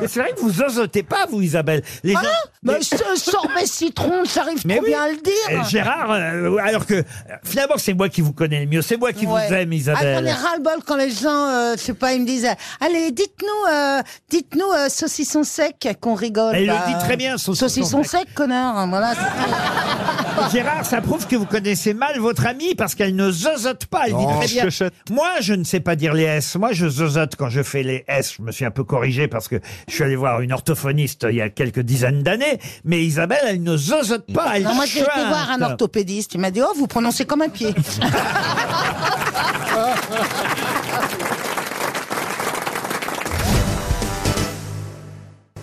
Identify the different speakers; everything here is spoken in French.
Speaker 1: Mais c'est vrai que vous osotez pas, vous, Isabelle. Les gens-
Speaker 2: Ah Mais ce sorbet citron, j'arrive
Speaker 1: Mais
Speaker 2: trop
Speaker 1: oui.
Speaker 2: bien à le dire.
Speaker 1: Euh, Gérard, euh, alors que euh, finalement c'est moi qui vous connais le mieux, c'est moi qui
Speaker 2: Ouais.
Speaker 1: vous aime,
Speaker 2: Ah, j'en ai
Speaker 1: Isabelle.
Speaker 2: ras-le-bol quand les gens, euh, je sais pas, ils me disent Allez, dites-nous, euh, dites-nous euh, saucisson sec qu'on rigole.
Speaker 1: Elle le
Speaker 2: bah,
Speaker 1: dit très bien, saucisson Ah,
Speaker 2: Saucisson sec, connard. hein, Voilà, c'est-
Speaker 1: Gérard, ça prouve que vous connaissez mal votre amie parce qu'elle ne zozote pas. Elle dit
Speaker 3: Non,
Speaker 1: très
Speaker 3: je
Speaker 1: bien.
Speaker 3: chuchote.
Speaker 1: Moi, je ne sais pas dire les S. Moi, je zozote quand je fais les S. Je me suis un peu corrigé parce que je suis allé voir une orthophoniste il y a quelques dizaines d'années. Mais Isabelle, elle ne zozote pas. Elle
Speaker 2: Non, moi, j'ai été
Speaker 1: chuinte.
Speaker 2: voir un orthopédiste. Il m'a dit Oh, vous prononcez comme un pied.